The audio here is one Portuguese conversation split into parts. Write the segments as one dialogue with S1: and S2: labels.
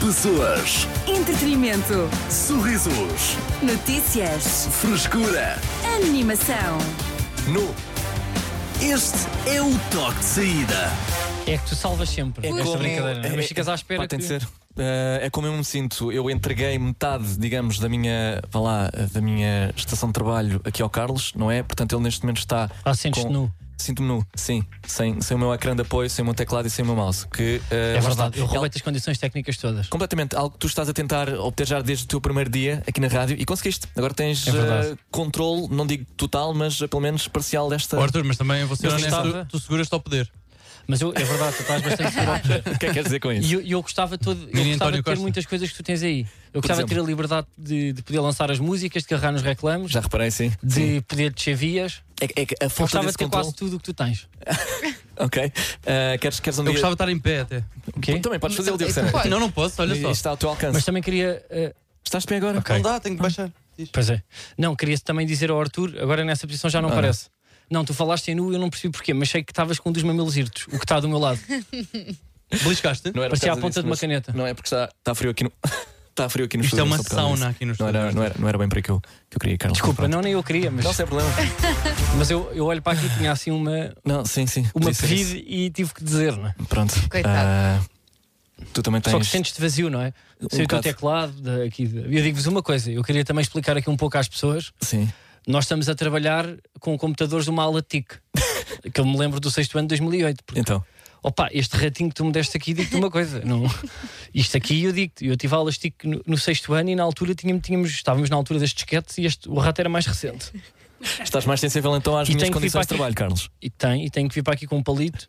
S1: Pessoas,
S2: Entretenimento.
S1: sorrisos,
S2: Notícias.
S1: frescura.
S2: Animação.
S1: No. Este é o toque de saída.
S3: É que tu salvas sempre
S4: É
S3: esta
S4: como-
S3: brincadeira, não é?
S4: é-
S3: mas ficas à espera.
S4: Pá, tem
S3: que-
S4: de ser. Eh, é como eu me sinto. Eu entreguei metade, digamos, da minha, vá lá, eh, da minha estação de trabalho aqui ao Carlos, não é? Portanto, ele neste momento está.
S3: Ah, sentes-te
S4: com-
S3: nu.
S4: Sinto-me nu, sim. Sem, sem o meu ecrã de apoio, sem o meu teclado e sem o meu mouse. Que,
S3: É
S4: eh, lá está.
S3: verdade, eu
S4: Ela-
S3: roubei-te as condições técnicas todas.
S4: Completamente, algo que tu estás a tentar obter já desde o teu primeiro dia aqui na rádio e conseguiste. Agora tens
S3: É verdade.
S4: eh, controle, não digo total, mas eh, pelo menos parcial desta.
S5: Ó, Arthur, mas também vou ser
S3: Eu
S5: honesto,
S3: gostava-
S5: tu, tu seguras-te ao poder.
S3: Mas eu, é verdade, tu estás bastante seguro ao poder.
S4: O que é que queres dizer com isso?
S3: E eu, e eu gostava, todo, eu
S5: Mini
S3: gostava
S5: António
S3: de ter
S5: Costa.
S3: muitas coisas que tu tens aí. Eu gostava de ter a
S4: exemplo?
S3: liberdade de, de poder lançar as músicas, de carregar nos reclamos,
S4: Já reparei, sim. Sim.
S3: de poder descer vias.
S4: É, que- é que a
S3: Eu
S4: falta
S3: gostava
S4: desse
S3: de ter
S4: controle.
S3: quase tudo o que tu tens.
S4: Ok. Eh, queres, queres um
S5: Eu
S4: dia.
S5: gostava de estar em pé até.
S3: ok?
S4: Também podes fazer o Diogo
S5: Ah,
S4: Sena.
S5: Não, não posso, olha só.
S4: Isto está ao teu alcance.
S3: Mas também queria. eh,
S4: Estás de pé agora?
S3: Ok.
S5: Não dá, tenho que baixar. Diz.
S3: pois é. Não, queria também dizer ao Arthur, agora nessa posição já não
S4: Ah.
S3: parece. Não, tu falaste em nu, eu não percebi porquê, mas sei que estavas com um dos mamilos irtos, o que está do meu lado.
S5: Beliscaste?
S4: Não era por
S3: Parecia a
S4: causa
S3: ponta de uma
S4: mas
S3: caneta.
S4: Não é porque está, está frio aqui no. está frio aqui no
S5: Isto é
S4: estúdio,
S5: uma
S4: só por causa
S5: sauna
S4: disso.
S5: aqui no
S4: Não era,
S5: estúdio.
S4: não, era, não era bem para aquilo que eu queria, Carlos.
S3: Desculpa,
S4: Pronto.
S3: não nem eu queria, mas,
S4: Não, sem problema.
S3: mas eu, eu olho para aqui e tinha assim uma,
S4: Não, sim, sim.
S3: uma
S4: podia ser isso.
S3: pedido e tive que dizer, não é?
S4: Pronto.
S6: Coitado.
S4: Ah, tu também tens.
S3: Só que sentes-te vazio, não é? Sem o teu
S4: Um bocado.
S3: teclado, da- aqui. de- Eu digo-vos uma coisa, eu queria também explicar aqui um pouco às pessoas.
S4: Sim.
S3: Nós estamos a trabalhar com computadores de uma ala TIC, que eu me lembro do sexto ano de 2008. Porque,
S4: Então.
S3: opa, este ratinho que tu me deste aqui, digo-te uma coisa. Não, isto aqui eu digo-te, eu tive aulas TIC no, no sexto ano e na altura tínhamos, tínhamos- estávamos na altura das disquetes e este, o rato era mais recente.
S4: Estás mais sensível então às
S3: E
S4: minhas
S3: tenho que vir
S4: condições de
S3: para
S4: trabalho, Carlos.
S3: E tem, e tenho que vir para aqui com um palito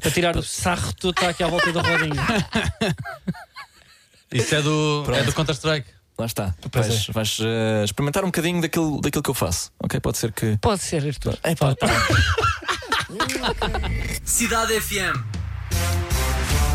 S3: para tirar o sarro todo que está aqui à volta da rodinha.
S5: Isto é do, é do Counter-Strike.
S4: Lá está.
S3: Pois é.
S4: Vais, vais, ah, experimentar um bocadinho daquilo, daquilo que eu faço. Ok? Pode ser que.
S3: Pode ser, Arthur.
S4: É, pá,
S1: Cidade FM.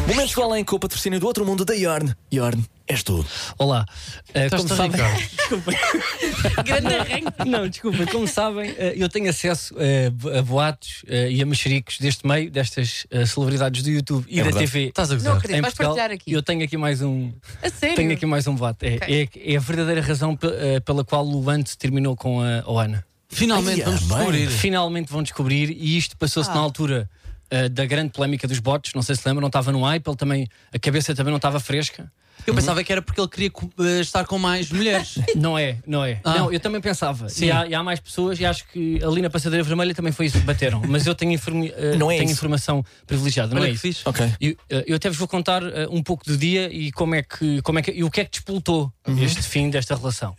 S4: Momentos do além com o patrocínio do outro mundo da Yorn. Yorn, és tu.
S3: Olá. Eh, como
S5: Estás a
S3: sabem,
S5: rir,
S6: Grande arranque.
S3: não, desculpa, como sabem, eh, eu tenho acesso eh, bo- a boatos eh, e a mexericos deste meio, destas eh, celebridades do YouTube e da
S4: verdade.
S3: TV.
S5: Estás a
S6: Não
S5: gozar.
S6: acredito,
S3: em
S6: vais
S3: Portugal.
S6: partilhar aqui.
S3: Eu tenho aqui mais um,
S6: A sério?
S3: tenho aqui mais um boato. É,
S6: Ok.
S3: é- é a verdadeira razão pe- eh, pela qual o Ante terminou com a Oana.
S5: Finalmente,
S4: Ai,
S5: vamos
S4: amém.
S5: descobrir.
S3: Finalmente vão descobrir, e isto passou-se na altura eh, da grande polémica dos bots. Não sei se lembram, não estava no Apple também, a cabeça também não estava fresca.
S5: Eu pensava que era porque ele queria co- eh, estar com mais mulheres.
S3: Não é, não é.
S5: Ah.
S3: Não, eu também pensava. E há, e há mais pessoas, e acho que ali na Passadeira Vermelha também foi isso que bateram. Mas eu tenho, informi- eh,
S4: Não é
S3: tenho
S4: isso.
S3: informação privilegiada, não
S5: Olha
S3: é
S5: que
S3: isso.
S5: fixe.
S4: Ok.
S3: Eu, eh, eu até vos vou contar eh, um pouco do dia e como é que, como é que e o que é que despoltou
S5: Uhum.
S3: este fim desta relação.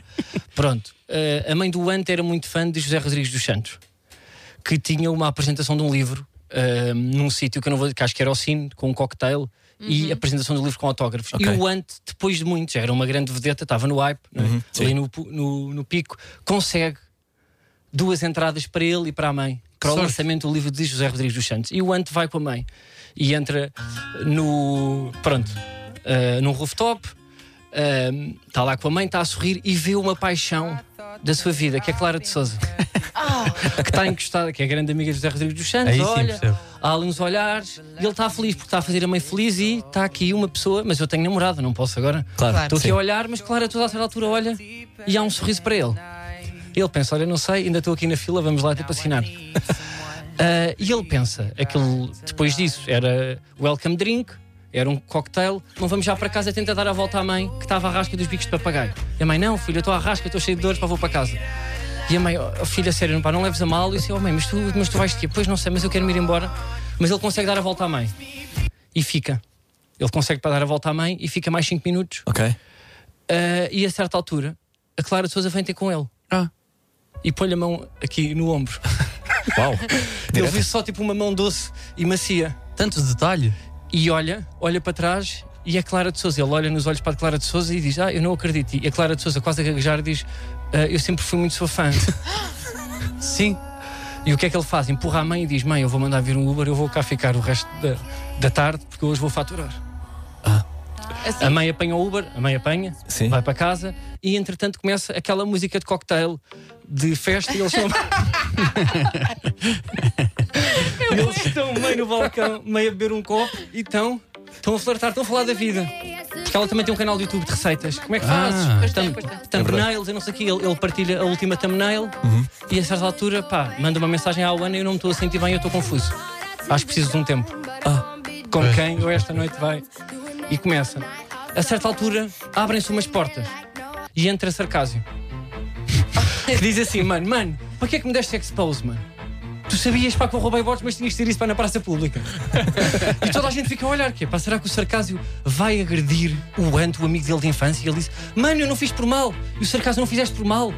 S3: Pronto, Eh, a mãe do Ante era muito fã de José Rodrigues dos Santos, que tinha uma apresentação de um livro eh, num sítio que eu não vou, que acho que era o Cine, com um cocktail e apresentação do livro com autógrafos.
S4: Ok.
S3: E o Ante, depois de muito, já era uma grande vedeta, estava no hype, não é?
S4: Uhum. sim.
S3: ali no, pu- no- no pico, consegue duas entradas para ele e para a mãe, para o
S5: Sorte.
S3: lançamento do livro de José Rodrigues dos Santos. E o Ante vai com a mãe e entra no. Pronto, ah, num rooftop, ah, está lá com a mãe, está a sorrir e vê uma paixão da sua vida, que é Clara de Souza. que está encostada, que é grande amiga de José Rodrigues dos Santos.
S5: Aí sim,
S3: olha,
S5: percebo.
S3: há ali uns olhares e ele está feliz porque está a fazer a mãe feliz e está aqui uma pessoa, mas eu tenho namorada, não posso agora.
S4: Claro.
S3: Estou aqui
S4: sim.
S3: a olhar, mas Clara, toda a certa altura olha e há um sorriso para ele. Ele pensa: Olha, não sei, ainda estou aqui na fila, vamos lá tipo assinar. Ah, e ele pensa: aquilo, depois disso, era welcome drink, era um cocktail. Não vamos já para casa, tenta dar a volta à mãe, que estava à rasca dos bicos de papagaio. E a mãe: Não, filho, eu estou à rasca, estou cheio de dores, para vou para casa. E a mãe, oh, filha, sério, pá, não leves a mal. E eu disse, oh mãe, mas tu, mas tu vais-te quê? Pois não sei, mas eu quero me ir embora. Mas ele consegue dar a volta à mãe. E fica. Ele consegue para dar a volta à mãe e fica mais 5 minutos.
S4: Ok.
S3: Ah, e a certa altura, a Clara de Souza vem ter com ele.
S5: Ah.
S3: E põe-lhe a mão aqui no ombro.
S4: Uau.
S3: Ele
S4: Direto.
S3: vê só tipo uma mão doce e macia.
S5: Tanto detalhe.
S3: E olha, olha para trás e é Clara de Souza. Ele olha nos olhos para a Clara de Souza e diz: Ah, eu não acredito. E a Clara de Souza, quase a gaguejar, diz: "Ah, Eu sempre fui muito sua fã.
S5: Sim.
S3: E o que é que ele faz? Empurra a mãe e diz: Mãe, eu vou mandar vir um Uber, eu vou cá ficar o resto da, da tarde, porque hoje vou faturar.
S5: Ah.
S6: Assim,
S3: A mãe apanha o Uber, a mãe apanha,
S4: Sim.
S3: vai para casa e entretanto começa aquela música de cocktail de festa e eles estão. eles estão meio no balcão, meio a beber um copo e estão. Estão a flertar, estão a falar da vida. Porque ela também tem um canal de YouTube de receitas. Como é que
S5: Ah.
S3: fazes?
S6: Pois tem,
S3: Tam-
S6: pois tem.
S3: Thumbnails, eu não sei o quê. Ele, ele partilha a última thumbnail e a certa altura, pá, manda uma mensagem à Ana e eu não me estou a sentir bem, eu estou confuso. Acho que preciso de um tempo. Com quem eu esta noite vai. E começa. A certa altura, abrem-se umas portas e entra Sarcásio. que diz assim, mano, mano, para que é que me deste expose, mano? Tu sabias para que eu roubei votos, mas tinhas de ter isso para na praça pública. e toda a gente fica a olhar, que é, pá, será que o Sarcásio vai agredir o Ant, o amigo dele de infância? E ele diz, mano, eu não fiz por mal. E o Sarcásio, não fizeste por mal.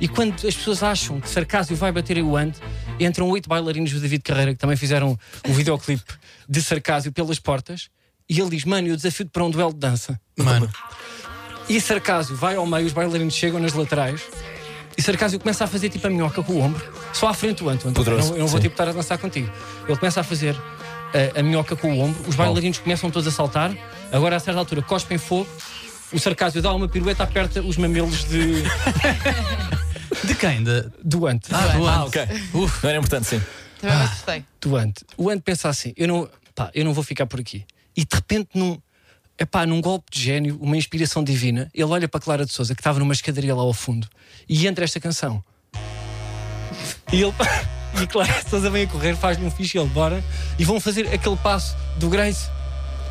S3: E quando as pessoas acham que Sarcásio vai bater o Ant, entram oito bailarinos do David Carreira, que também fizeram o videoclipe de Sarcásio pelas portas, e ele diz, mano, eu desafio-te para um duelo de dança.
S5: Mano,
S3: E Sarcásio vai ao meio, os bailarinos chegam nas laterais. E Sarcásio começa a fazer tipo a minhoca com o ombro, só à frente do Anto. Anto, eu
S4: Poderoso,
S3: não, eu não vou
S4: sim.
S3: tipo estar a dançar contigo. Ele começa a fazer eh, a minhoca com o ombro, os bailarinos começam todos a saltar. Agora, a certa altura, cospem fogo. O Sarcásio dá uma pirueta, aperta os mamelos de,
S5: de quem? De...
S3: do Ante.
S5: Ah, do
S4: Ah,
S5: ano.
S4: ok. Não era importante, sim.
S6: Também me assustei.
S3: do Ant. O Ant pensa assim: eu não, pá, eu não vou ficar por aqui. E de repente, num, epá, num golpe de gênio, uma inspiração divina, ele olha para Clara de Souza, que estava numa escadaria lá ao fundo, e entra esta canção. E ele. E Clara de Souza vem a correr, faz-lhe um fixe e ele bora. E vão fazer aquele passo do Grace.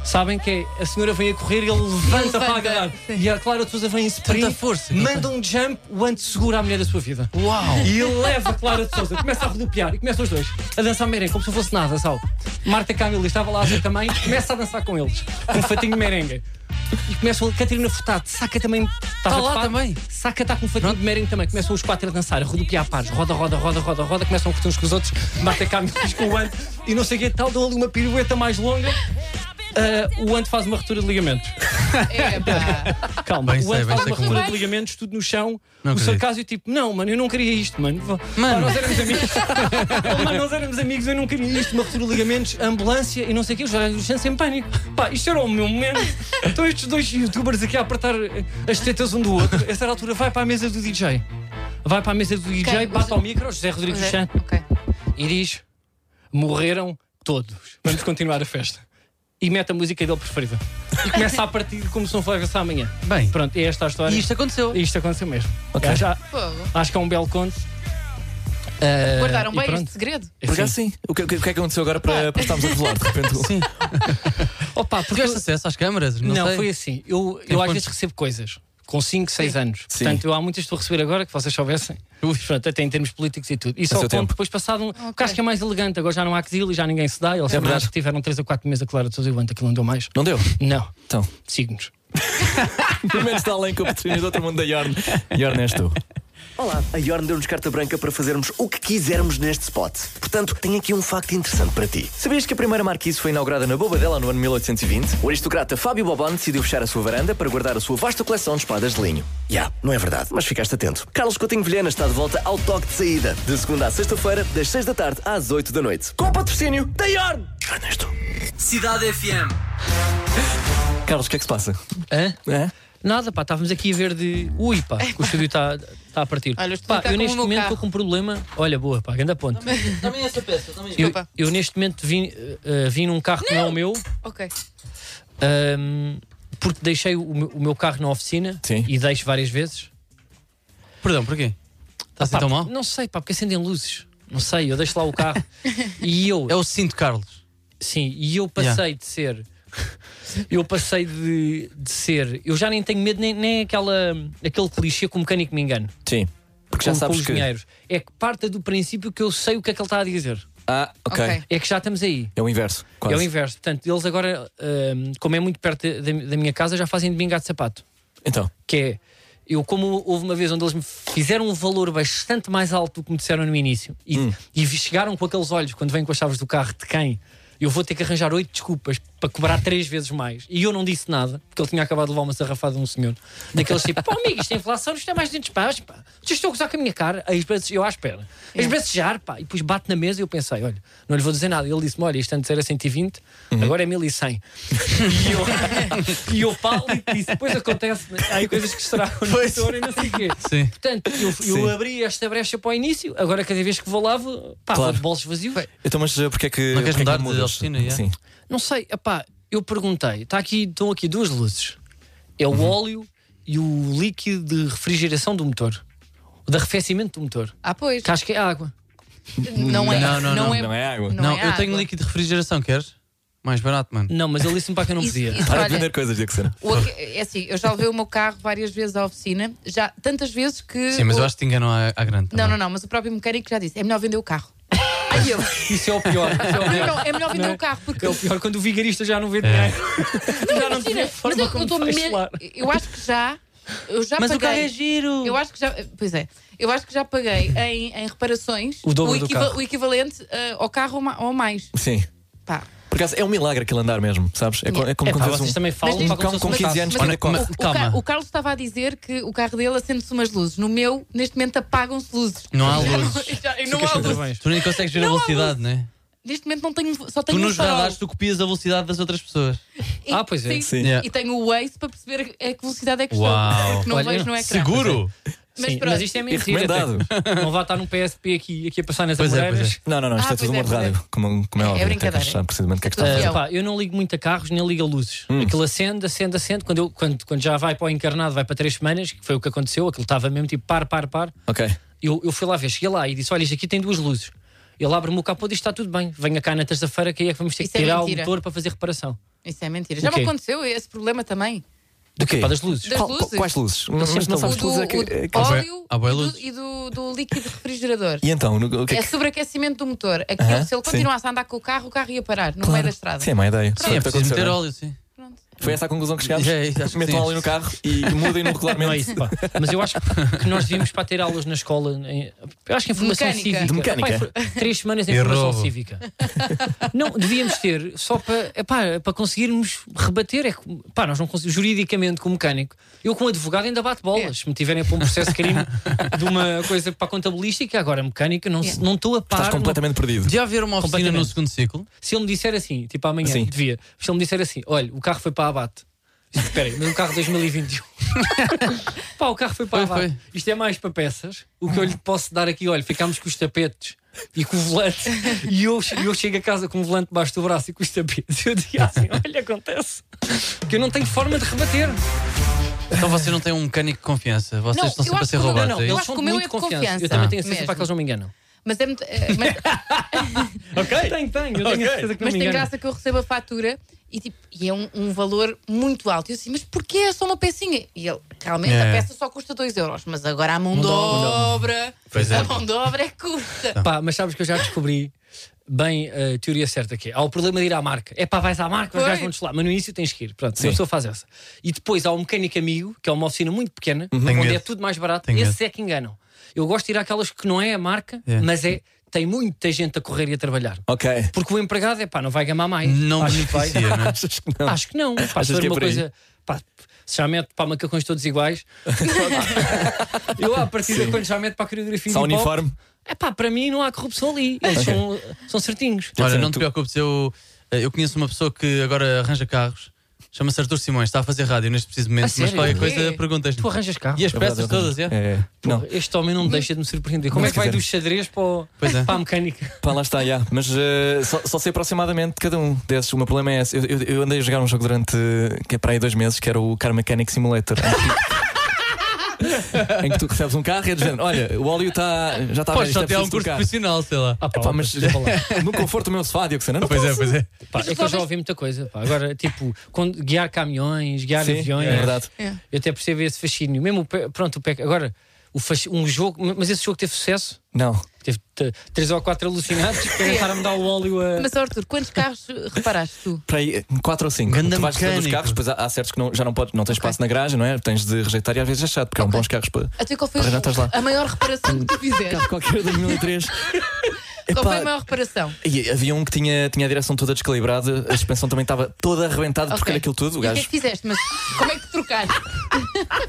S3: Sabem que é? A senhora vem a correr e ele levanta,
S6: levanta,
S3: para agarrar.
S6: sim.
S3: E a Clara de Souza vem em sprint,
S5: Tanta força que ele
S3: manda um jump, o Ant segura a mulher da sua vida.
S5: Uau!
S3: E ele leva a Clara de Souza, começa a rodopiar e começam os dois a dançar merengue, como se não fosse nada, sabe? Marta Camila estava lá a ver também, começa a dançar com eles, com um fatinho de merengue. E começam a Catarina Furtado, saca também. Está
S5: Tá lá também.
S3: Saca está com um fatinho de merengue também. Começam os quatro a dançar, a rodopiar pares, roda, roda, roda, roda, roda, começam a curtir uns com os outros, Marta Camila com o Ant e não sei o que tal, dão ali uma pirueta mais longa. Ah, o Ant faz uma retura de ligamentos.
S6: Epá.
S3: Calma,
S5: Bem
S3: o
S5: sei,
S3: Ant
S5: bem
S3: faz
S5: sei
S3: uma
S5: como
S3: retura
S5: é.
S3: de ligamentos, tudo no chão.
S5: Não
S3: o
S5: acredito.
S3: sarcasmo, tipo, não, mano, eu não queria isto, mano.
S5: Mano.
S3: Pá, nós éramos amigos. Pá, nós éramos amigos, eu não queria isto. Uma retura de ligamentos, ambulância e não sei o quê. Os gajos estão sem pânico. Pá, isto era o meu momento. Estão estes dois youtubers aqui a apertar eh, as tetas um do outro. A certa altura, vai para a mesa do DJ. Vai para a mesa do DJ,
S6: Quem?
S3: bate ao micro, José Rodrigues dos
S5: é,
S3: Santos
S6: Ok.
S3: e diz: Morreram todos. Vamos continuar a festa. E mete a música dele preferida. E começa a partir como se não fosse amanhã.
S5: Bem.
S3: Pronto, é esta a história.
S5: E isto aconteceu.
S3: Isto aconteceu mesmo.
S4: Ok.
S3: Acho,
S6: Fogo.
S3: acho que é um belo conto. Ah,
S5: Eh,
S6: Guardaram
S3: e
S6: bem
S3: pronto.
S6: este segredo?
S3: É
S4: Por
S3: assim.
S4: acaso, sim. O que, o que- o que é que aconteceu agora para, para estarmos a revelar? De repente, sim.
S3: Opa, porque
S5: Tiveste acesso às câmaras? Não,
S3: Não,
S5: sei.
S3: foi assim. Eu,
S5: Tem
S3: eu às
S5: quantos?
S3: vezes recebo coisas com 5, 6 anos.
S4: Sim.
S3: Portanto, eu há muitas que estou a receber agora que vocês soubessem. Pronto, até em termos políticos e tudo. E só
S4: seu
S3: conto
S4: tempo.
S3: depois passado um. Porque acho que é mais elegante. Agora já não há axil e já ninguém se dá. Eles
S4: É verdade.
S3: acho que tiveram 3 ou 4 meses a Clara de Sousa e o Anta, que não andou mais.
S4: Não deu?
S3: Não,
S4: Então,
S3: signos.
S4: pelo menos está além com oportunidades do outro mundo da Yorn. Yorn és tu.
S7: Olá, a Yorn deu-nos carta branca para fazermos o que quisermos neste spot. Portanto, tenho aqui um facto interessante para ti.
S4: Sabias que a primeira marquise foi inaugurada na Bobadela no ano 1820?
S7: O aristocrata Fábio Boban decidiu fechar a sua varanda para guardar a sua vasta coleção de espadas de linho. Já, não é verdade, mas ficaste atento. Carlos Coutinho Vilhena está de volta ao toque de saída, de segunda à sexta-feira, das seis da tarde às oito da noite. Com o patrocínio da Yorn! Yorn és tu.
S1: Cidade FM.
S4: Carlos, o que é que se passa?
S3: Hã?
S4: É?
S3: Nada, pá, estávamos aqui a ver de. Ui, pá, que o estúdio está tá a partir.
S6: Olha, o estúdio
S3: pá,
S6: está
S3: eu
S6: como
S3: neste
S6: o meu
S3: momento
S6: carro.
S3: estou com um problema. Olha, boa, pá, grande ponto.
S5: Também essa peça, também.
S3: Eu,
S6: Desculpa.
S3: eu neste momento vim, eh, eh, vim num carro que não é o meu,
S6: Ok.
S3: ahm, porque deixei o, meu- o meu carro na oficina
S4: Sim.
S3: e deixo várias vezes.
S5: Perdão, porquê? Está assim
S3: Pá,
S5: tão mal?
S3: Não sei, pá, porque acendem luzes. Não sei, eu deixo lá o carro. e eu,
S5: É o cinto, Carlos.
S3: sim, e eu passei de ser. Eu passei de, de ser. Eu já nem tenho medo, nem, nem aquela, aquele clichê que o mecânico me engano.
S4: Sim. Porque já
S3: com, com
S4: sabes
S3: os
S4: que.
S3: dinheiros. É que parte do princípio que eu sei o que é que ele está a dizer.
S4: Ah, ok.
S6: Ok.
S3: É que já estamos aí.
S4: É o inverso. Quase.
S3: É o inverso. Portanto, eles agora, hum, como é muito perto da, da- da minha casa, já fazem de mim gato de sapato.
S4: Então,
S3: Que é, eu, como houve uma vez onde eles me fizeram um valor bastante mais alto do que me disseram no início e, e chegaram com aqueles olhos quando vêm com as chaves do carro de quem. Eu vou ter que arranjar oito desculpas para cobrar três vezes mais. E eu não disse nada, porque ele tinha acabado de levar uma sarrafada de um senhor. Daqueles tipo, pá, amigo, isto é inflação, isto é mais de 200 paus, pá. Vocês estão a gozar com a minha cara. Aí às vezes eu à espera. Às vezes já, pá. E depois bate na mesa e eu pensei, olha, não lhe vou dizer nada. E ele disse-me, olha, isto antes era 120, agora é 1100. E eu, e eu falo e disse, depois acontece, né? há aí coisas que estragam no motor e não sei o quê.
S5: Sim.
S3: Portanto, eu, eu abri esta brecha para o início, agora cada vez que vou lá, vou, pá, vou
S4: Claro.
S3: de bolsos vazios.
S4: então mas eh, porque é que.
S5: Não queres
S4: porque é que
S5: mudar de
S4: mudas?
S5: oficina, já?
S4: Sim.
S3: Não sei, epá, eu perguntei: tá aqui, estão aqui duas luzes. É
S5: Uhum.
S3: o óleo e o líquido de refrigeração do motor. O de arrefecimento do motor.
S6: Ah, pois.
S3: Que acho que é água.
S6: Não é.
S5: Não, não, não.
S4: Não é água.
S5: Não,
S6: é
S5: eu
S6: água.
S5: tenho um líquido de refrigeração, queres? Mais barato, mano.
S3: Não, mas ele disse-me para que eu não
S6: Isso-
S3: podia.
S6: isso,
S4: Para
S6: olha,
S4: de vender coisas, Diego Sena.
S6: o aque- é assim, eu já levei o meu carro várias vezes à oficina, já tantas vezes que.
S5: Sim, mas
S6: o-
S5: eu acho que te enganam à, à grande.
S6: Não, não, não, mas o próprio mecânico já disse: é melhor vender o carro.
S3: Isso é o pior. Isso é o
S6: Não, não,
S3: pior.
S6: não, é melhor vender
S3: Não é?
S6: o carro, porque
S3: É o pior quando o vigarista já não vê
S5: É.
S3: dinheiro. já "Ah, não
S6: Imagina,
S3: vê a
S6: mas eu,
S3: forma
S6: eu,
S3: como
S6: tô
S3: faz
S6: me-
S3: solar.
S6: eu acho que já. Eu já
S5: Mas o
S6: paguei,
S5: carro é giro.
S6: Eu acho que já. Pois é. Eu acho que já paguei em, em reparações
S3: O dobro do
S6: equiva-
S3: carro.
S6: o equivalente eh, ao carro ou ma- ou mais.
S4: Sim.
S6: Pá.
S4: Por acaso é um milagre aquele andar mesmo, sabes? É, co- é como
S3: É pá,
S4: quando vês
S3: vocês
S4: um.
S3: também falam
S6: Mas diz-
S3: para como
S4: cão
S3: se
S4: com
S3: fosse
S4: 15 anos quando
S6: Mas o-
S4: acorda.
S6: o, o
S5: Calma.
S6: Ca o Carlos estava a dizer que o carro dele acende-se umas luzes. No meu, neste momento, apagam-se luzes.
S5: Não há
S6: Já
S5: luzes.
S6: já- e não há
S3: fácil.
S6: luzes.
S3: Parabéns.
S5: Tu nem consegues ver a velocidade, né?
S6: Neste momento não tenho, só
S5: Tu
S6: tenho um
S5: nos
S6: farol.
S5: radares tu copias a velocidade das outras pessoas.
S6: E-
S3: Ah, pois é.
S6: sim.
S4: Sim.
S5: Yeah.
S6: E tenho o Waze para perceber a que velocidade é que
S5: Uau.
S6: estou. Porque não
S3: Olha,
S6: vejo no ecrã.
S5: É
S3: Mas, Sim,
S6: pronto.
S3: mas isto é mentira.
S4: recomendado.
S3: até. Não vá estar num PSP aqui, aqui a passar nas
S5: Pois é,
S3: amoreiras.
S5: pois
S4: Não, não, não, isto
S6: Ah,
S4: é tudo
S6: pois é,
S4: humor de
S6: pois é.
S4: rádio. Como, como é
S6: É
S4: óbvio, tem que
S6: brincadeira.
S4: achar precisamente o que é que está a
S3: Ah,
S4: fazer.
S6: Fiel.
S3: pá, eu não ligo muito a carros nem ligo a luzes.
S4: Hum.
S3: Aquilo acende, acende, acende. Quando, eu- quando, quando já vai para o encarnado, vai para três semanas, que foi o que aconteceu, aquilo estava mesmo tipo par, par, par.
S4: Ok.
S3: Eu, eu fui lá ver, cheguei lá e disse: Olha, isto aqui tem duas luzes. Ele abre-me o capô e diz: Está tudo bem, venha cá na terça-feira que aí é que vamos ter
S6: Isso
S3: que
S6: é
S3: tirar o
S6: mentira.
S3: motor para fazer reparação.
S6: Isso é mentira. Já
S3: O quê?
S6: me aconteceu esse problema também.
S4: Do quê?
S3: Pá, das luzes.
S6: Das
S4: Qual-
S6: luzes. então
S4: Quais luzes? Mas
S3: sempre
S4: não
S3: tem
S6: O
S4: sabes que
S6: do,
S4: luzes é
S6: o
S4: que.
S6: do
S4: é que-
S6: óleo
S5: há bué
S6: e do-
S5: luzes.
S6: e do, do líquido refrigerador.
S4: E então, no- o que é
S6: É
S4: que.
S6: sobreaquecimento do motor. Aquilo,
S4: Aham,
S6: se ele
S4: sim.
S6: continuasse a andar com o carro, o carro ia parar no meio da estrada.
S4: Sim, é uma ideia.
S5: Sim,
S4: Foi,
S5: é
S4: o que
S5: preciso
S4: aconteceu,
S5: meter
S4: não é?
S5: óleo, sim.
S4: Foi essa a conclusão que chegámos.
S5: É, isso, acho que
S4: Metam
S5: sim.
S4: óleo no carro e mudem no regulamento.
S3: Não é isso, pá. Mas eu acho que nós devíamos para ter aulas na escola. em- eu acho que em formação
S6: Mecânica.
S3: cívica.
S4: De mecânica.
S3: Pá, em for- três semanas em
S5: Eu
S3: formação
S5: roubo.
S3: cívica. Não, devíamos ter só para, epá, para conseguirmos rebater. É, que, pá, nós não conseguimos, juridicamente, como mecânico. Eu, como advogado, ainda bato bolas. Se me tiverem para um processo de crime de uma coisa para a contabilística, agora mecânica, não, se- não estou a par.
S4: Estás
S3: não-
S4: completamente perdido.
S5: Devia haver uma oficina no
S3: Completamente.
S5: segundo ciclo.
S3: se ele me disser assim, tipo amanhã,
S4: Sim.
S3: devia. Se ele me disser assim, olha, o carro foi para a abate. Disse, Espera aí, mas o carro 2021. Pá, o carro foi para a
S5: Foi,
S3: abate. Isto é mais para peças. O que eu lhe posso dar aqui, olha, ficámos com os tapetes e com o volante. E eu, che- eu chego a casa com o volante debaixo do braço e com os tapetes. Eu digo assim, olha, acontece. Porque eu não tenho forma de rebater.
S5: Então você não tem um mecânico de confiança. Vocês
S6: Não,
S5: estão
S6: eu
S5: sempre a
S6: acho
S5: ser
S6: que o meu
S5: roubados.
S6: não,
S5: é
S6: eu
S5: isso?
S6: acho que o meu é de confiança.
S3: Eu também
S6: Ah,
S3: tenho a certeza para
S6: mesmo.
S3: que eles não me enganam.
S6: Mas, é muito- eh, mas,
S3: Ok? Tenho, tenho. Eu tenho a certeza que não
S6: mas
S3: me
S6: tem
S3: enganam.
S6: graça que eu recebo a fatura e, tipo, e é um, um valor muito alto. E eu assim, mas porquê é só uma pecinha? E ele, realmente,
S5: É.
S6: a peça só custa 2 euros, mas agora a mão
S3: Mão de
S6: dobra.
S5: Pois é.
S6: A mão dobra é que custa.
S5: Ah.
S3: Pá, mas sabes que eu já descobri bem a teoria certa que é. Há o problema de ir à marca. É pá, vais à marca, os
S6: Pois.
S3: gajos vão-te lá. Mas no início tens que ir. Pronto, uma pessoa faz essa. E depois há um mecânico amigo, que é uma oficina muito pequena, onde
S5: Uhum. Tenho
S3: é
S5: medo.
S3: tudo mais barato.
S5: Tenho
S3: Esses é que enganam. Eu gosto de ir àquelas que não é a marca,
S5: É.
S3: mas é. Tem muita gente a correr e a trabalhar.
S4: Ok.
S3: Porque o empregado é pá, não vai gamar mais.
S5: Não
S3: Acho que vai.
S5: beneficia, não é?
S4: Achas que não?
S3: Acho que não. Pá,
S4: Achas
S3: se for
S4: que é
S3: uma
S4: por aí?
S3: coisa. Pá, se já mete para macacões todos iguais, eu à partida quando já meto para a coreografia
S4: Só
S3: de hip hop,
S4: uniforme.
S3: é pá, para mim não há corrupção ali. Eles são, são certinhos.
S5: Olha,
S4: Sim,
S5: não te
S4: tu-
S5: preocupes, eu, eh, eu conheço uma pessoa que agora arranja carros, chama-se Artur Simões, está a fazer rádio neste preciso
S3: A
S5: momento, mas
S3: sério?
S5: qualquer
S6: Quê?
S5: coisa perguntas
S3: Tu arranjas carro.
S5: E as peças
S4: verdade,
S5: todas, é?
S4: É. Não,
S3: Este homem não me deixa de me surpreender. Como
S4: Mas
S3: é que vai
S4: quer
S3: dos xadrez para, o-
S5: Pois é.
S3: para a mecânica?
S4: pá, lá está, já. Mas eh, só, só sei aproximadamente de cada um desses. O meu problema é esse. Eu, eu- eu andei a jogar um jogo durante eh, que é para aí dois meses, que era o Car Mechanic Simulator. Em que- Em que tu recebes um carro e é do género: Olha, o óleo está já está a ver,
S5: Podes
S4: isto
S5: só
S4: é
S5: ter um
S4: preciso
S5: curso
S4: trocar.
S5: profissional, sei lá.
S3: Ah, pá,
S4: Pá, mas
S3: desculpa lá.
S4: no conforto do meu sofá, Diego Sena, não
S5: é. Pois é,
S4: posso.
S5: pois é.
S3: Pá, é que eu já ouvi muita coisa. pá. Agora, tipo, quando- guiar caminhões, guiar
S4: Sim,
S3: aviões.
S4: é verdade.
S3: Eu até percebo esse fascínio. Mesmo, o pe- pronto, o PEC. Agora, o fasc- um jogo. Mas esse jogo teve sucesso?
S4: Não,
S3: Teve t- três ou quatro alucinados que tentaram dar o óleo a.
S6: Mas, Arthur, quantos carros reparaste tu?
S4: para aí 4 ou 5.
S5: Ganda
S4: Tu vais recebendo os
S5: mecânico.
S4: carros, depois há, há certos que não, já não, podes, não tens espaço na garagem, não é? Tens de rejeitar e às vezes é chato, porque há um bons carros para.
S6: Até qual foi
S4: Para já
S6: o-
S4: estás lá.
S6: a maior reparação que tu fizeste?
S4: Carro qualquer um de 2003.
S6: qual foi
S4: Epá,
S6: a maior reparação?
S4: E havia um que tinha, tinha a direção toda descalibrada, a suspensão também estava toda arrebentada, porque
S6: Ok.
S4: era aquilo tudo. O
S6: E o que é
S4: gajo,
S6: que fizeste? Mas como é que trocaste?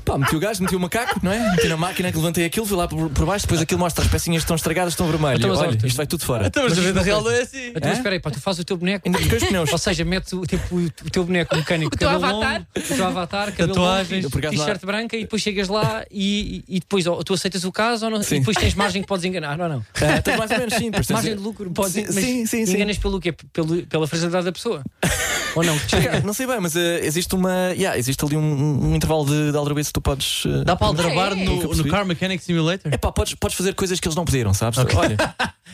S4: pá, meti o gajo, meti o macaco, não é? Meti na máquina, que levantei aquilo, fui lá por, por baixo, depois aquilo mostra as pecinhas que estão estragadas, estão vermelhas.
S3: Então, mas,
S4: Olha,
S3: Arthur,
S4: isto vai tudo fora.
S5: Estamos a ver da real, não é assim.
S3: Então,
S4: É?
S3: espera aí, pá, tu fazes o teu boneco.
S4: Ainda fiquei os pneus.
S3: Ou seja, mete o, tipo, o o teu boneco mecânico,
S6: O teu
S3: cabelo
S6: avatar.
S3: longo, o teu avatar, cabelo
S5: Tatuagens.
S3: longo,
S4: Eu, por acaso,
S3: t-shirt branca e depois chegas lá e, e depois ou tu aceitas o caso ou não, e
S4: Sim.
S3: depois tens margem que podes enganar ou não.
S4: Ah, então, mais ou menos, sim. Depois
S3: Margem de lucro, pode
S4: Sim,
S3: mas
S4: sim, sim, sim.
S3: Enganas pelo quê? Pelo- pela fragilidade da pessoa. Ou não?
S4: Yeah, não sei bem, mas eh, existe uma. yeah, existe ali um, um intervalo de, de aldrabice que tu podes. eh,
S5: Dá para aldrabar
S6: é.
S5: no, no Car Mechanic Simulator?
S4: É pá, podes, podes fazer coisas que eles não pediram, sabes? Olha,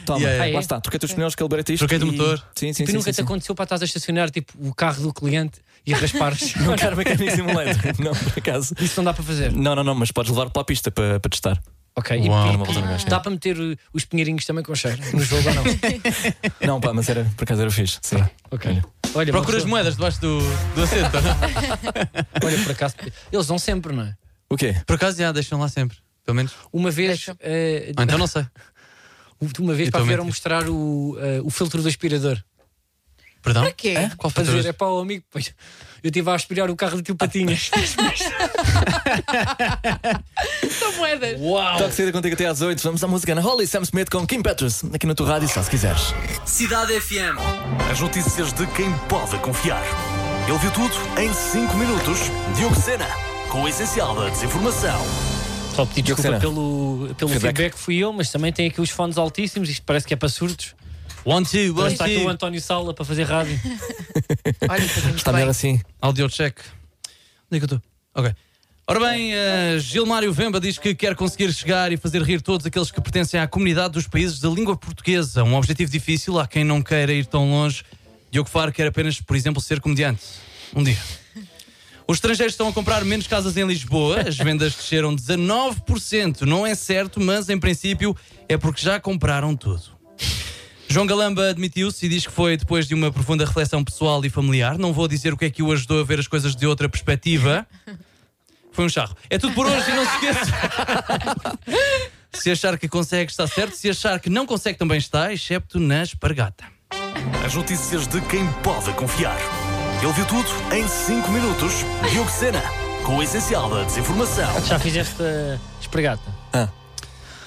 S4: toma,
S5: Yeah,
S3: yeah.
S4: lá está, troquei-te os pneus, calibrei-te isto.
S5: Troquei-te o
S4: e-
S5: motor.
S4: Sim, sim,
S3: tu
S4: sim.
S3: nunca
S4: sim,
S3: te
S4: sim.
S3: aconteceu para estás a estacionar tipo, o carro do cliente e raspares.
S4: Não quero Mechanic Um Simulator. Não, por acaso.
S3: Isso não dá para fazer.
S4: Não, não, não, mas podes levar para a pista para, para testar.
S3: Ok, e-
S5: Uau.
S3: e-
S4: Uma coisa
S3: dá para meter uh, os pinheirinhos também com cheiro no jogo ou não?
S4: Não, pá, mas era, por acaso era fixe. Sim.
S3: Ok. Olha,
S5: Procuras
S3: uma pessoa-
S5: moedas debaixo do, do assento. tá
S3: Olha, por acaso, eles vão sempre, não é?
S4: O quê?
S5: Por acaso já deixam lá sempre. Pelo menos.
S3: Uma vez,
S6: Deixa.
S3: eh,
S5: Ou então não sei.
S3: uma vez
S5: Eu
S3: para
S5: também
S3: vieram
S5: tive.
S3: mostrar o, eh, o filtro do aspirador.
S5: Perdão?
S6: Para quê?
S5: Qual
S3: Para dizer,
S5: fatura?
S3: é para o amigo, pois eu estive a aspirar o carro do tio Patinhas.
S6: São moedas.
S3: Uau!
S4: Toque saída contigo até às 8. Vamos à música na Holly Sam Smith com Kim Petras. Aqui na tua rádio, só se quiseres.
S1: Cidade FM. As notícias de quem pode confiar. Ele viu tudo em 5 minutos. Diogo Sena, com o essencial da desinformação.
S3: Só pedi desculpa
S4: Será?
S3: pelo, pelo
S4: Feedback.
S3: feedback. que fui eu, mas também tem aqui os fones altíssimos, isto parece que é para surdos.
S5: One, two,
S3: Agora
S5: one,
S3: está aqui o
S5: two.
S3: António Sala para fazer rádio.
S6: Olha, fazemos
S4: Está melhor
S6: bem.
S4: assim.
S5: Audio check. Onde é que eu estou? Ok. Ora bem, eh, Gilmário Vemba diz que quer conseguir chegar e fazer rir todos aqueles que pertencem à comunidade dos países da língua portuguesa. Um objetivo difícil, há quem não queira ir tão longe. Diogo Faro quer apenas, por exemplo, ser comediante. Um dia. Os estrangeiros estão a comprar menos casas em Lisboa. As vendas desceram 19%. Não é certo, mas em princípio é porque já compraram tudo. João Galamba admitiu-se e diz que foi depois de uma profunda reflexão pessoal e familiar. Não vou dizer o que é que o ajudou a ver as coisas de outra perspectiva. Foi um charro. É tudo por hoje e não se esqueça. se achar que consegue, está certo. Se achar que não consegue, também está, excepto na espargata.
S1: As notícias de quem pode confiar. Ele viu tudo em 5 minutos. Diogo Sena, com o essencial da desinformação.
S3: Já fizeste a espregata.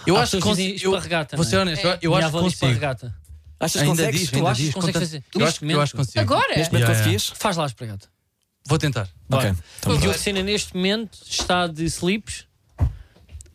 S5: Eu
S3: Há
S5: acho que
S3: pessoas que
S5: consigo.
S3: dizem
S5: Eu,
S3: esparregata,
S5: vou ser
S3: não é?
S5: honesto, eu- eu
S3: Minha
S5: acho que
S3: avó diz
S5: consigo.
S3: esparregata.
S4: Achas que
S5: Ainda
S4: consegues?
S5: diz,
S4: Ainda
S5: ainda
S3: achas que
S5: diz.
S3: consegues
S5: conta-
S3: fazer?
S5: Eu acho que eu acho que consigo.
S6: Agora?
S4: Neste momento
S5: Yeah, yeah.
S4: conseguias?
S3: Faz lá a espregata.
S5: Vou tentar.
S3: Bora.
S4: Ok.
S3: O Diogo Sena, neste momento, está de slips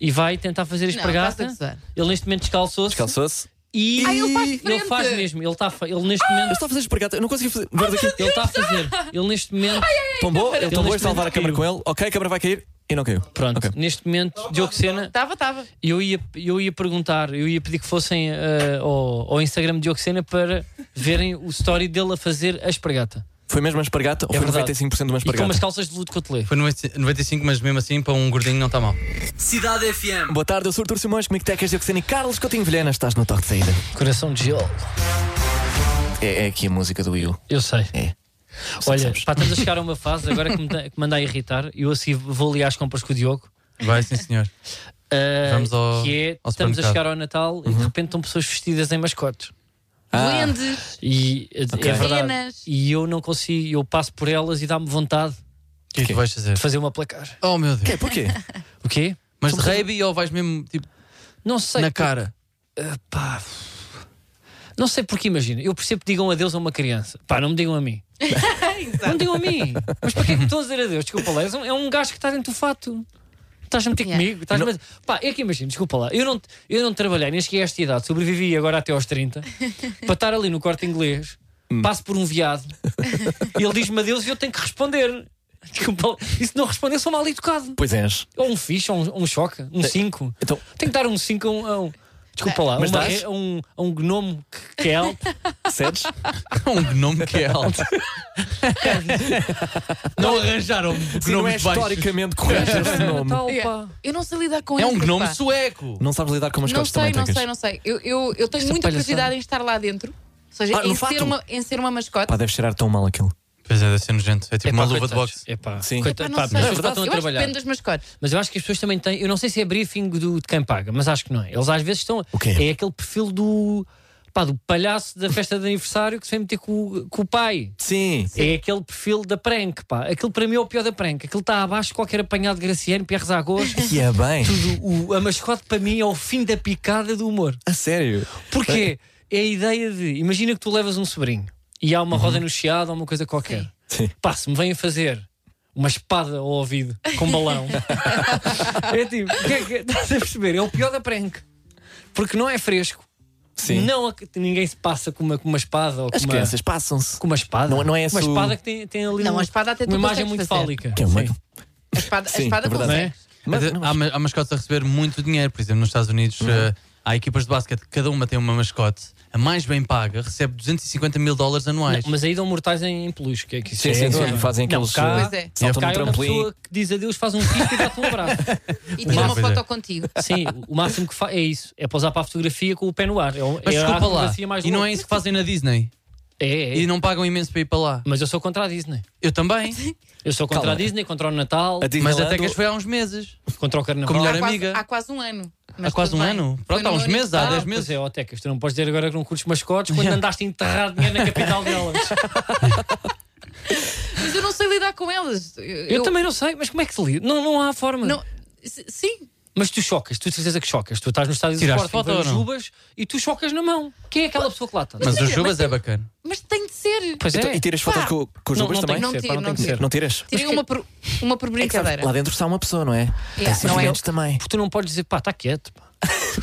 S3: e vai tentar fazer a
S6: Não,
S3: espargata.
S4: né?
S6: estás a gozar.
S3: ele, neste momento, descalçou-se.
S4: Descalçou-se.
S3: E
S6: Ah, ele faz de
S3: ele
S6: frente. Ah,
S3: faz mesmo. Ele, tá, fa- ele neste
S4: Eu
S3: momento.
S4: estava a fazer espargata. Eu não consegui fazer. Guarda aqui.
S3: Ele está a fazer. Ele, neste momento.
S4: Tombou, ele tombou,
S3: neste
S4: está a levar a
S3: momento
S4: câmara com ele. Ok, a câmara vai cair e não caiu.
S3: Pronto,
S4: Ok.
S3: neste momento, Diogo Sena,
S6: Estava, estava.
S3: eu ia, eu ia perguntar, eu ia pedir que fossem eh, ao, ao Instagram de Diogo Sena para verem o story dele a fazer a espargata.
S4: Foi mesmo uma espargata ou foi
S3: verdade.
S4: 95% de um uma
S3: E com
S4: espargata?
S3: umas calças de luto cotelê.
S5: Foi 95, mas mesmo assim, para um gordinho não está mal.
S1: Cidade FM.
S4: Boa tarde, eu sou o Artur Simões, comigo Tecas Dioxena e Carlos Coutinho Vilhena. Estás no toque de saída.
S3: Coração de gelo.
S4: É, é aqui a música do Will.
S3: Eu sei.
S4: É.
S3: Olha,
S4: sabes.
S3: pá, estamos a chegar a uma fase agora que me, tá- que me anda a irritar. Eu assim vou ali às compras com o Diogo.
S5: Vai, sim, senhor.
S3: eh,
S5: Vamos ao-
S3: que é,
S5: ao
S3: estamos a
S5: supermercado.
S3: chegar ao Natal e de repente estão pessoas vestidas em mascotes.
S4: Ah.
S6: Duendes.
S3: E eh, é verdade.
S6: Cenas.
S3: E eu não consigo, eu passo por elas e dá-me vontade
S5: O que é que vais fazer?
S3: de fazer uma placar.
S5: Oh, meu Deus.
S4: É, porquê?
S3: O quê?
S5: Mas de rabi ou vais mesmo, tipo,
S3: Não sei.
S5: na cara?
S3: Pá. Não sei porque, imagina, eu percebo que digam adeus a uma criança. Pá, não me digam a mim. não me digam a mim. Mas para que é que me estão a dizer adeus? Desculpa lá, és um- é um gajo que está dentro do fato. Estás a meter
S6: Yeah.
S3: comigo? Estás a... Pá, é que imagina, desculpa lá, eu não, eu não trabalhei, nem cheguei a esta idade, sobrevivi agora até aos 30, para estar ali no corte inglês, passo por um viado, e ele diz-me adeus e eu tenho que responder. Desculpa lá, e se não responder, sou mal educado.
S4: Pois és.
S3: Ou um fixe, ou um, um choque, um 5.
S4: Então,
S3: Tem que dar um 5 a um. a um- desculpa lá,
S4: Mas
S3: uma-
S4: dás?
S3: a um, a um gnomo que, que é alto.
S4: cedes?
S5: Um gnome que é alto. não arranjaram um
S4: Sim, não é
S5: gnomes baixos.
S4: historicamente correto esse nome.
S3: Natal,
S6: Yeah.
S3: pá.
S6: Eu não sei lidar com
S5: É
S6: eles.
S5: um gnome
S6: pá.
S5: sueco.
S4: Não sabes lidar com umas
S6: Não
S4: costas
S6: sei,
S4: também,
S6: não
S4: Tecas.
S6: sei, não sei. Eu, eu, eu tenho
S3: Esta
S6: muita
S3: palhaçada.
S6: curiosidade em estar lá dentro. Ou seja,
S4: Ah, no
S6: em, ser
S4: fato?
S6: uma, em ser uma mascote.
S4: Pá, deve cheirar tão mal aquilo.
S5: Pois é, deve ser nojento. É tipo uma
S3: pá,
S5: luva de
S3: coitados.
S5: boxe.
S3: É pá,
S4: Sim.
S3: coitado,
S6: Pá, não
S3: pá, mas
S6: sei.
S3: as
S6: eu
S3: pessoas estão a
S6: acho que
S3: trabalhar.
S6: depende das mascotes.
S3: Mas eu acho que as pessoas também têm. Eu não sei se é briefing do, de quem paga, mas acho que não é. Eles às vezes estão.
S4: O quê?
S3: É aquele perfil do. Pá, do palhaço da festa de aniversário que se vem meter com, o- com o pai.
S4: Sim.
S3: É aquele perfil da prank, pá. Aquilo para mim é o pior da prank. Aquilo está abaixo de qualquer apanhado de Graciano, Pierre Zagos.
S4: E é bem.
S3: Tudo, o, a mascote para mim é o fim da picada do humor.
S4: A sério.
S3: Porquê? É a ideia de. Imagina que tu levas um sobrinho e há
S6: Uhum.
S3: uma roda no chiado ou uma coisa qualquer.
S4: Sim.
S3: Pá, se me vêm fazer uma espada ao ouvido com balão, é tipo, o que é que- estás a perceber? É o pior da prank. Porque não é fresco.
S4: Sim.
S3: Não, a que ninguém se passa com uma, com uma espada ou
S4: As
S3: com uma,
S4: crianças passam-se.
S3: com uma espada.
S4: Não- não é
S3: uma
S4: esse o-
S3: espada que tem, tem ali
S6: Não,
S3: um-
S6: a espada até tu
S3: uma imagem
S6: consegues
S3: muito
S6: fazer.
S3: fálica.
S4: Que é uma-
S3: Sim.
S6: A espada, a
S4: Sim,
S6: espada
S4: é verdade.
S3: Não é?
S6: consegue.
S4: Mas-
S5: Mas, há, ma- há mascotes a receber muito dinheiro. Por exemplo, nos Estados Unidos eh, há equipas de basquete que cada uma tem uma mascote. A mais bem paga recebe 250 mil dólares anuais.
S3: Não, mas aí dão mortais em, em peluche, que é que isso
S4: Sim,
S3: é
S4: sim,
S3: agora.
S4: sim, fazem
S3: Não,
S4: aqueles,
S3: cá,
S4: eh,
S6: Pois é.
S4: saltam
S3: cá
S4: no
S3: é uma
S4: trampolim.
S3: pessoa que diz adeus, faz um risco e dá-te um abraço.
S6: E tira uma
S5: Pois é.
S6: foto contigo.
S3: Sim, o máximo que faz é isso. É pousar para a fotografia com o pé no ar. É, um-
S5: Mas
S3: é a
S5: desculpa lá.
S3: fotografia mais
S5: E não
S3: louca.
S5: é isso que fazem na Disney.
S3: É, é.
S5: E não pagam imenso para ir para lá.
S3: Mas eu sou contra a Disney.
S5: Eu também.
S3: Eu sou contra
S4: Calma.
S3: a Disney, contra o Natal,
S4: A Disney-
S5: Mas
S4: Disneyland
S5: até que
S4: ou-
S5: as foi há uns meses.
S3: contra o Carnaval.
S5: Com a melhor
S6: Há quase,
S5: amiga.
S6: há quase um ano. Mas
S5: há quase um
S6: tudo bem.
S5: ano.
S6: Foi
S5: Pronto, há
S6: no
S5: uns
S6: ano
S5: meses, há
S6: passado.
S5: 10
S3: Pois
S5: meses.
S3: é, ó Tecas, tu não podes dizer agora que não curtes mascotes quando andaste a enterrar dinheiro na capital delas.
S6: Mas eu não sei lidar com elas. Eu,
S3: eu,
S6: eu-
S3: também não sei, mas como é que se lida? Não, não há forma.
S6: Não, s- sim,
S3: Mas tu chocas, tu de certeza que chocas. Tu estás no estádio
S5: Tiraste
S3: do Sporting,
S5: foto
S3: vem
S5: ou
S3: os
S5: não?
S3: jubas e tu chocas na mão. Quem é aquela pessoa que lá está?
S5: Mas os
S6: Mas-
S5: Jubas é bacana.
S6: mas tem de ser.
S3: Pois é.
S4: Então, E tiras fotos
S6: Pá.
S4: com, com os
S3: não,
S4: Ubers
S3: não tem
S4: também?
S3: que
S6: Não
S3: ser, pá,
S6: tiro,
S3: não tem
S6: não
S3: que ser.
S6: tiro.
S4: Não tiras?
S6: Tirei
S3: que-
S6: uma por, uma por
S4: É que sabes,
S6: brincadeira.
S4: lá dentro está uma pessoa, não é? Tem
S6: não é?
S4: sentimentos também.
S3: Porque tu não podes dizer, pá, está quieto. Pá.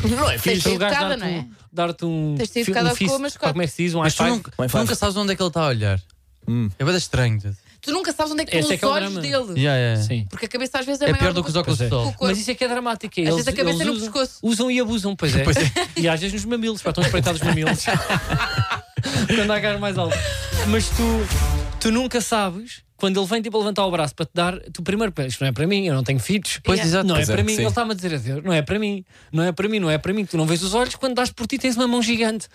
S4: Não é
S6: Tens de
S4: fixe.
S6: ser
S3: O gajo
S6: educada,
S3: dar-te
S6: não é?
S3: um- Dar-te um.
S6: Tens de ser
S3: fi-
S6: educada
S3: um fist,
S6: com a mascote.
S3: pá, como é que se diz? Um
S5: Mas tu
S3: high-five?
S5: nunca,
S4: Wi-Fi. Wi-Fi.
S5: nunca sabes onde é que ele está a olhar.
S4: Hum.
S5: É bem estranho. dude.
S6: Tu nunca sabes onde é que
S3: Esse é
S6: estão os
S3: que é o
S6: olhos
S3: drama.
S6: dele.
S5: Yeah, yeah.
S3: Sim.
S6: Porque a cabeça às vezes é,
S5: É
S6: maior
S5: pior do
S6: do
S5: que os óculos de
S3: Pois é.
S5: sol.
S6: o corpo.
S3: Mas isso é que é dramático. é
S6: Às
S3: Eles,
S6: vezes a cabeça
S3: eles
S6: no
S3: usam,
S6: pescoço.
S3: usam e abusam, pois é.
S5: Pois
S3: E às vezes nos mamilos, pá, estão espreitados os mamilos. quando há gás mais alto. Mas tu, tu nunca sabes, quando ele vem tipo a levantar o braço para te dar, tu primeiro pensas, não é para mim, eu não tenho filhos.
S5: Pois, exato.
S3: Não é
S4: Pois é,
S3: para mim,
S4: sim.
S3: ele está-me a dizer adeus, não é para mim, não é para mim, não é para mim. Tu não vês os olhos, quando dás por ti tens uma mão gigante,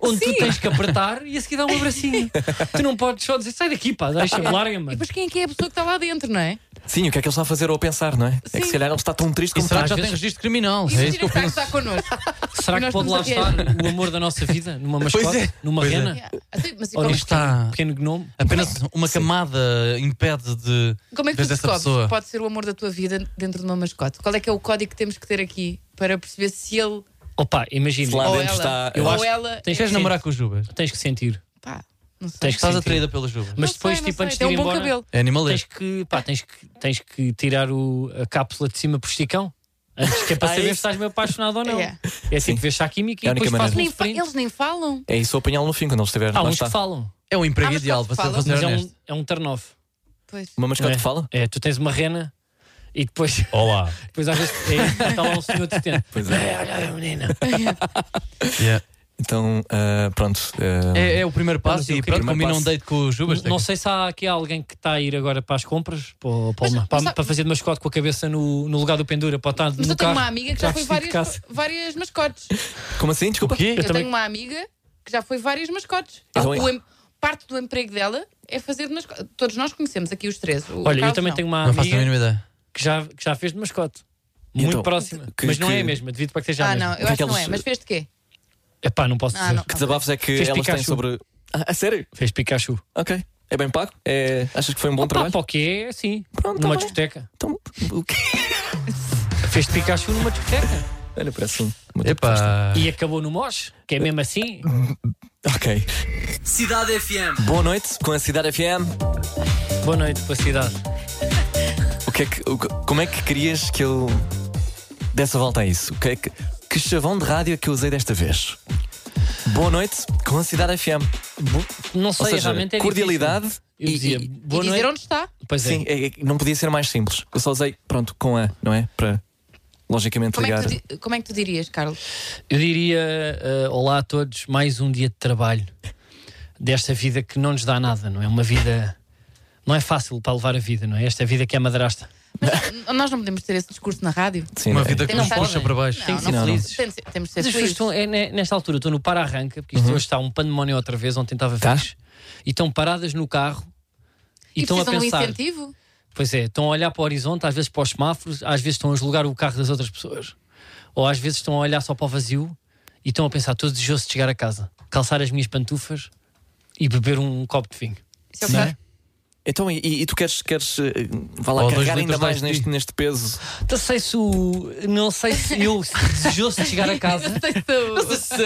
S3: onde tu tens que apertar e a seguir dá um abracinho. tu não podes só dizer, sai daqui, pá, deixa-me, larga-me.
S6: E depois quem é que é a pessoa que está lá dentro, não é?
S4: Sim, o que é que ele está a fazer ou a pensar, não é? É que
S6: Sim.
S4: se calhar ele está tão triste
S5: E
S4: como um
S5: será que
S4: está.
S5: já
S3: às
S5: tem
S3: vezes-
S5: registro criminal? É isso que
S6: Imagina
S5: eu
S6: que
S5: penso.
S6: está connosco.
S3: Será que
S6: Nós
S3: pode lá
S6: estamos a
S3: estar o amor da nossa vida numa
S4: Pois
S3: mascote,
S4: é.
S3: numa
S5: Pois é.
S3: rena?
S6: Yeah. Assim, Mas e
S3: Ou
S6: como,
S3: num
S5: Olha, está-
S3: pequeno, pequeno gnome?
S5: Apenas uma camada impede de.
S6: como é que tu
S5: veres essa
S6: descobres
S5: pessoa.
S6: que pode ser o amor da tua vida dentro de uma mascote? Qual é que é o código que temos que ter aqui para perceber se ele
S3: Opa, imagina.
S4: Lá
S6: ou
S4: dentro
S6: ela,
S4: está- eu
S6: ou
S4: acho-
S6: ela
S3: Tens-
S5: Queres
S3: Sim.
S5: namorar com os Jubas?
S3: Tens que sentir.
S6: pá, não sei.
S3: Tens que
S5: Estás
S3: sentir.
S5: atraída pelos Jubas.
S3: Mas
S6: Não
S3: depois,
S6: sei, não
S3: tipo,
S6: sei.
S3: antes de
S6: Tem
S3: ir
S6: um bom
S3: embora,
S6: cabelo.
S5: É
S3: tens
S5: animalesco.
S3: que, pá, tens que, tens que tirar o, a cápsula de cima por esticão. Antes que é para
S4: Ah,
S3: saber
S4: isso.
S3: se estás meio apaixonado ou não.
S6: É.
S3: É assim que vês se há química
S4: É
S3: e
S4: a única
S3: depois faz um
S6: Nem fa-
S3: sprint.
S6: eles nem falam.
S4: É isso, apanhá-lo no fim quando ele estiver.
S3: Há
S4: lá
S3: uns
S4: está.
S3: que falam,
S5: É um
S6: Ah,
S5: emprego
S6: mas
S5: ideal,
S6: quando
S5: vou
S6: fala-
S5: ser vou ser
S3: mas é
S5: honesto.
S3: um, é um turn off.
S6: Pois.
S4: Uma mascote
S3: É.
S4: que fala?
S3: É, tu tens uma rena e depois,
S5: Olá.
S3: depois às vezes é, está lá um senhor de tempo.
S4: Pois é.
S3: Olha, olha, menina.
S4: Então, ah, pronto. ah,
S5: É, é o primeiro
S3: Mas
S5: passo
S3: eu
S5: e
S3: queria-
S5: pronto,
S4: Primeiro
S5: combina um
S4: passo.
S5: date com os Jubas.
S3: Não sei se há aqui alguém que está a ir agora para as compras, para, o- para,
S6: Mas-
S3: o-
S6: mas
S3: para-
S6: sabe-
S3: para fazer de mascote com a cabeça no, no lugar do pendura, para estar
S6: Mas
S3: no
S6: eu tenho
S3: um carro.
S6: uma amiga que já foi
S3: vestido de
S6: várias,
S3: caça.
S6: várias mascotes.
S4: Como assim? Desculpa.
S3: O quê? Eu
S6: Eu,
S3: também-
S6: tenho uma amiga que já foi várias mascotes.
S4: Então,
S6: O em- parte do emprego dela é fazer de mascote. Todos nós conhecemos aqui os três. O
S3: Olha, eu
S6: Carlos
S3: também
S6: não.
S3: tenho uma
S5: Não faço a
S3: amiga
S5: mínima ideia.
S3: que já, que já fez de mascote. Muito
S4: Então,
S3: próxima.
S4: que-
S3: mas não é
S4: que-
S3: a mesma, devido para que seja a
S6: Ah,
S3: mesma.
S6: não, eu
S4: Daquelas-
S6: acho que não é. Mas fez de quê?
S3: Epá, não posso
S6: Ah,
S3: dizer.
S6: não.
S4: Que desabafos é que
S3: Fez
S4: elas têm
S3: Pikachu.
S4: sobre. Ah, a sério?
S3: Fez Pikachu.
S4: Ok. É bem pago? É... Achas que foi um bom
S3: Pá,
S4: trabalho?
S3: para o quê? Sim.
S4: Pronto,
S3: numa
S4: tá bem.
S3: discoteca.
S4: Então, o quê?
S3: Fez Pikachu numa discoteca.
S4: Olha, parece um. uma-
S5: Epá.
S3: e acabou no Mosh, que é mesmo assim.
S4: Ok.
S1: Cidade FM.
S4: Boa noite com a Cidade FM.
S3: Boa noite para a cidade.
S4: O que é que, o que- como é que querias que eu desse a volta a isso? O que, é que, que chavão de rádio é que eu usei desta vez? Boa noite com a Cidade FM.
S3: Não
S4: Ou
S3: sei,
S4: seja,
S3: realmente é
S4: cordialidade.
S3: difícil. Eu dizia,
S4: e- e-
S6: E
S3: boa
S6: dizer
S3: noite.
S6: onde está.
S3: Pois é.
S4: Sim, é- é que não podia ser mais simples. Eu só usei, pronto, com a, não é? Para logicamente
S6: Como é,
S4: ligar.
S6: que tu, di- como é que tu dirias, Carlos?
S3: Eu diria eh, olá a todos, mais um dia de trabalho desta vida que não nos dá nada, não é? Uma vida. Não é fácil para levar a vida, não é? Esta vida que é madrasta.
S6: N- Nós não podemos ter esse discurso na rádio.
S4: Sim,
S5: Uma
S4: não é?
S5: vida que
S6: Tem que
S5: nos
S6: estar
S5: puxa
S3: bem.
S5: para baixo.
S3: Tem que ser
S4: não, não.
S3: felizes.
S6: Tem de ser- Temos de ser
S3: Mas as pessoas
S6: felizes.
S3: estão, é, ne- nesta altura, estou no para-arranca, porque isto hoje está um pandemónio outra vez, ontem estava
S4: Tá.
S3: fixe, e estão paradas no carro e,
S6: E
S3: estão a
S6: precisam de um
S3: pensar.
S6: incentivo?
S3: Pois é, estão a olhar para o horizonte, às vezes para os semáforos, às vezes estão a julgar o carro das outras pessoas, ou às vezes estão a olhar só para o vazio e estão a pensar: estou desejoso de chegar a casa, calçar as minhas pantufas e beber um copo de vinho.
S6: Isso é o que está-
S4: Então, e, e tu queres, queres eh, vá lá,
S5: Ou dois
S4: carregar ainda
S5: litros
S4: mais
S5: de
S4: neste, neste peso?
S3: Não sei se o, não sei se eu se desejoso de chegar a casa.
S6: então.
S3: Se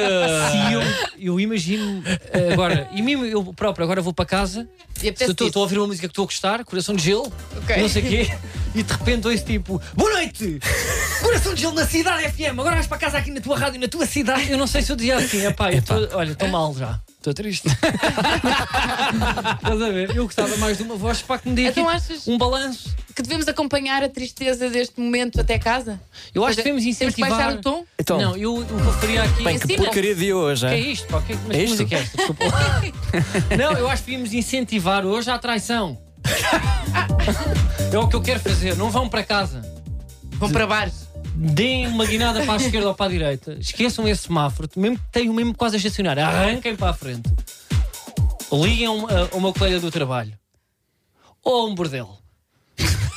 S3: eu, eu imagino eh, agora, e mesmo eu próprio, agora vou para casa,
S6: E
S3: se eu
S6: apetece
S3: estou
S6: isso.
S3: estou a ouvir uma música que estou a gostar, coração de gelo,
S6: Ok.
S3: não sei o quê, e de repente ouço tipo, boa noite! Boa
S8: Coração de gelo na cidade FM. Agora vais para casa aqui na tua rádio, na tua cidade.
S3: Eu não sei se eu dizia assim, epá, eu tô, olha, estou mal já. Estou triste. Estás a ver? Eu gostava mais de uma voz para que me dê aqui
S6: Então achas-
S3: um balanço.
S6: Que devemos acompanhar a tristeza deste momento até casa?
S3: Eu
S6: Ou
S3: acho
S6: seja,
S3: que devemos
S6: temos que
S3: incentivar.
S6: baixar o tom?
S4: Então,
S3: Não, eu, o que eu faria aqui.
S4: bem, que
S6: ensina.
S4: porcaria de dia hoje,
S3: Que é
S4: é?
S3: isto? Pá, que, mas
S4: É
S3: que
S4: isto?
S3: música é esta? Desculpa. não, eu acho que devíamos incentivar hoje à traição. é o que eu quero fazer. Não vão para casa.
S6: Vão para bares.
S3: Deem uma guinada para a esquerda ou para a direita. Esqueçam esse semáforo. Mesmo que tenham mesmo quase a estacionar. Arranquem para a frente. Liguem a um- a- a uma colega do trabalho. Ou a um bordel.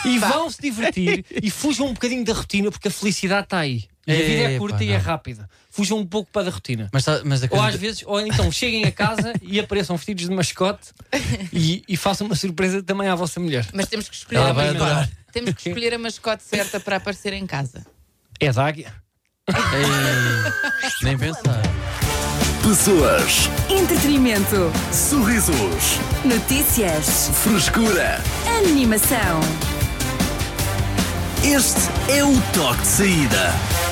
S3: E vão se divertir e fujam um bocadinho da rotina porque a felicidade está aí. E a vida é
S5: Epá,
S3: curta e
S5: não.
S3: é rápida. Fujam um pouco para a rotina.
S5: Mas, tá- mas a
S3: Ou
S5: coisa-
S3: às vezes, ou então cheguem a casa e apareçam vestidos de mascote e, e façam uma surpresa também à vossa mulher.
S6: Mas temos que escolher
S5: Ela
S6: a
S5: vai
S6: mascote.
S5: adorar.
S6: Temos que escolher a mascote certa para aparecer em casa.
S3: É da águia.
S5: nem pensar.
S7: Pessoas,
S2: Entretenimento.
S7: sorrisos,
S2: Notícias.
S7: frescura.
S2: Animação.
S7: Este é o toque de saída.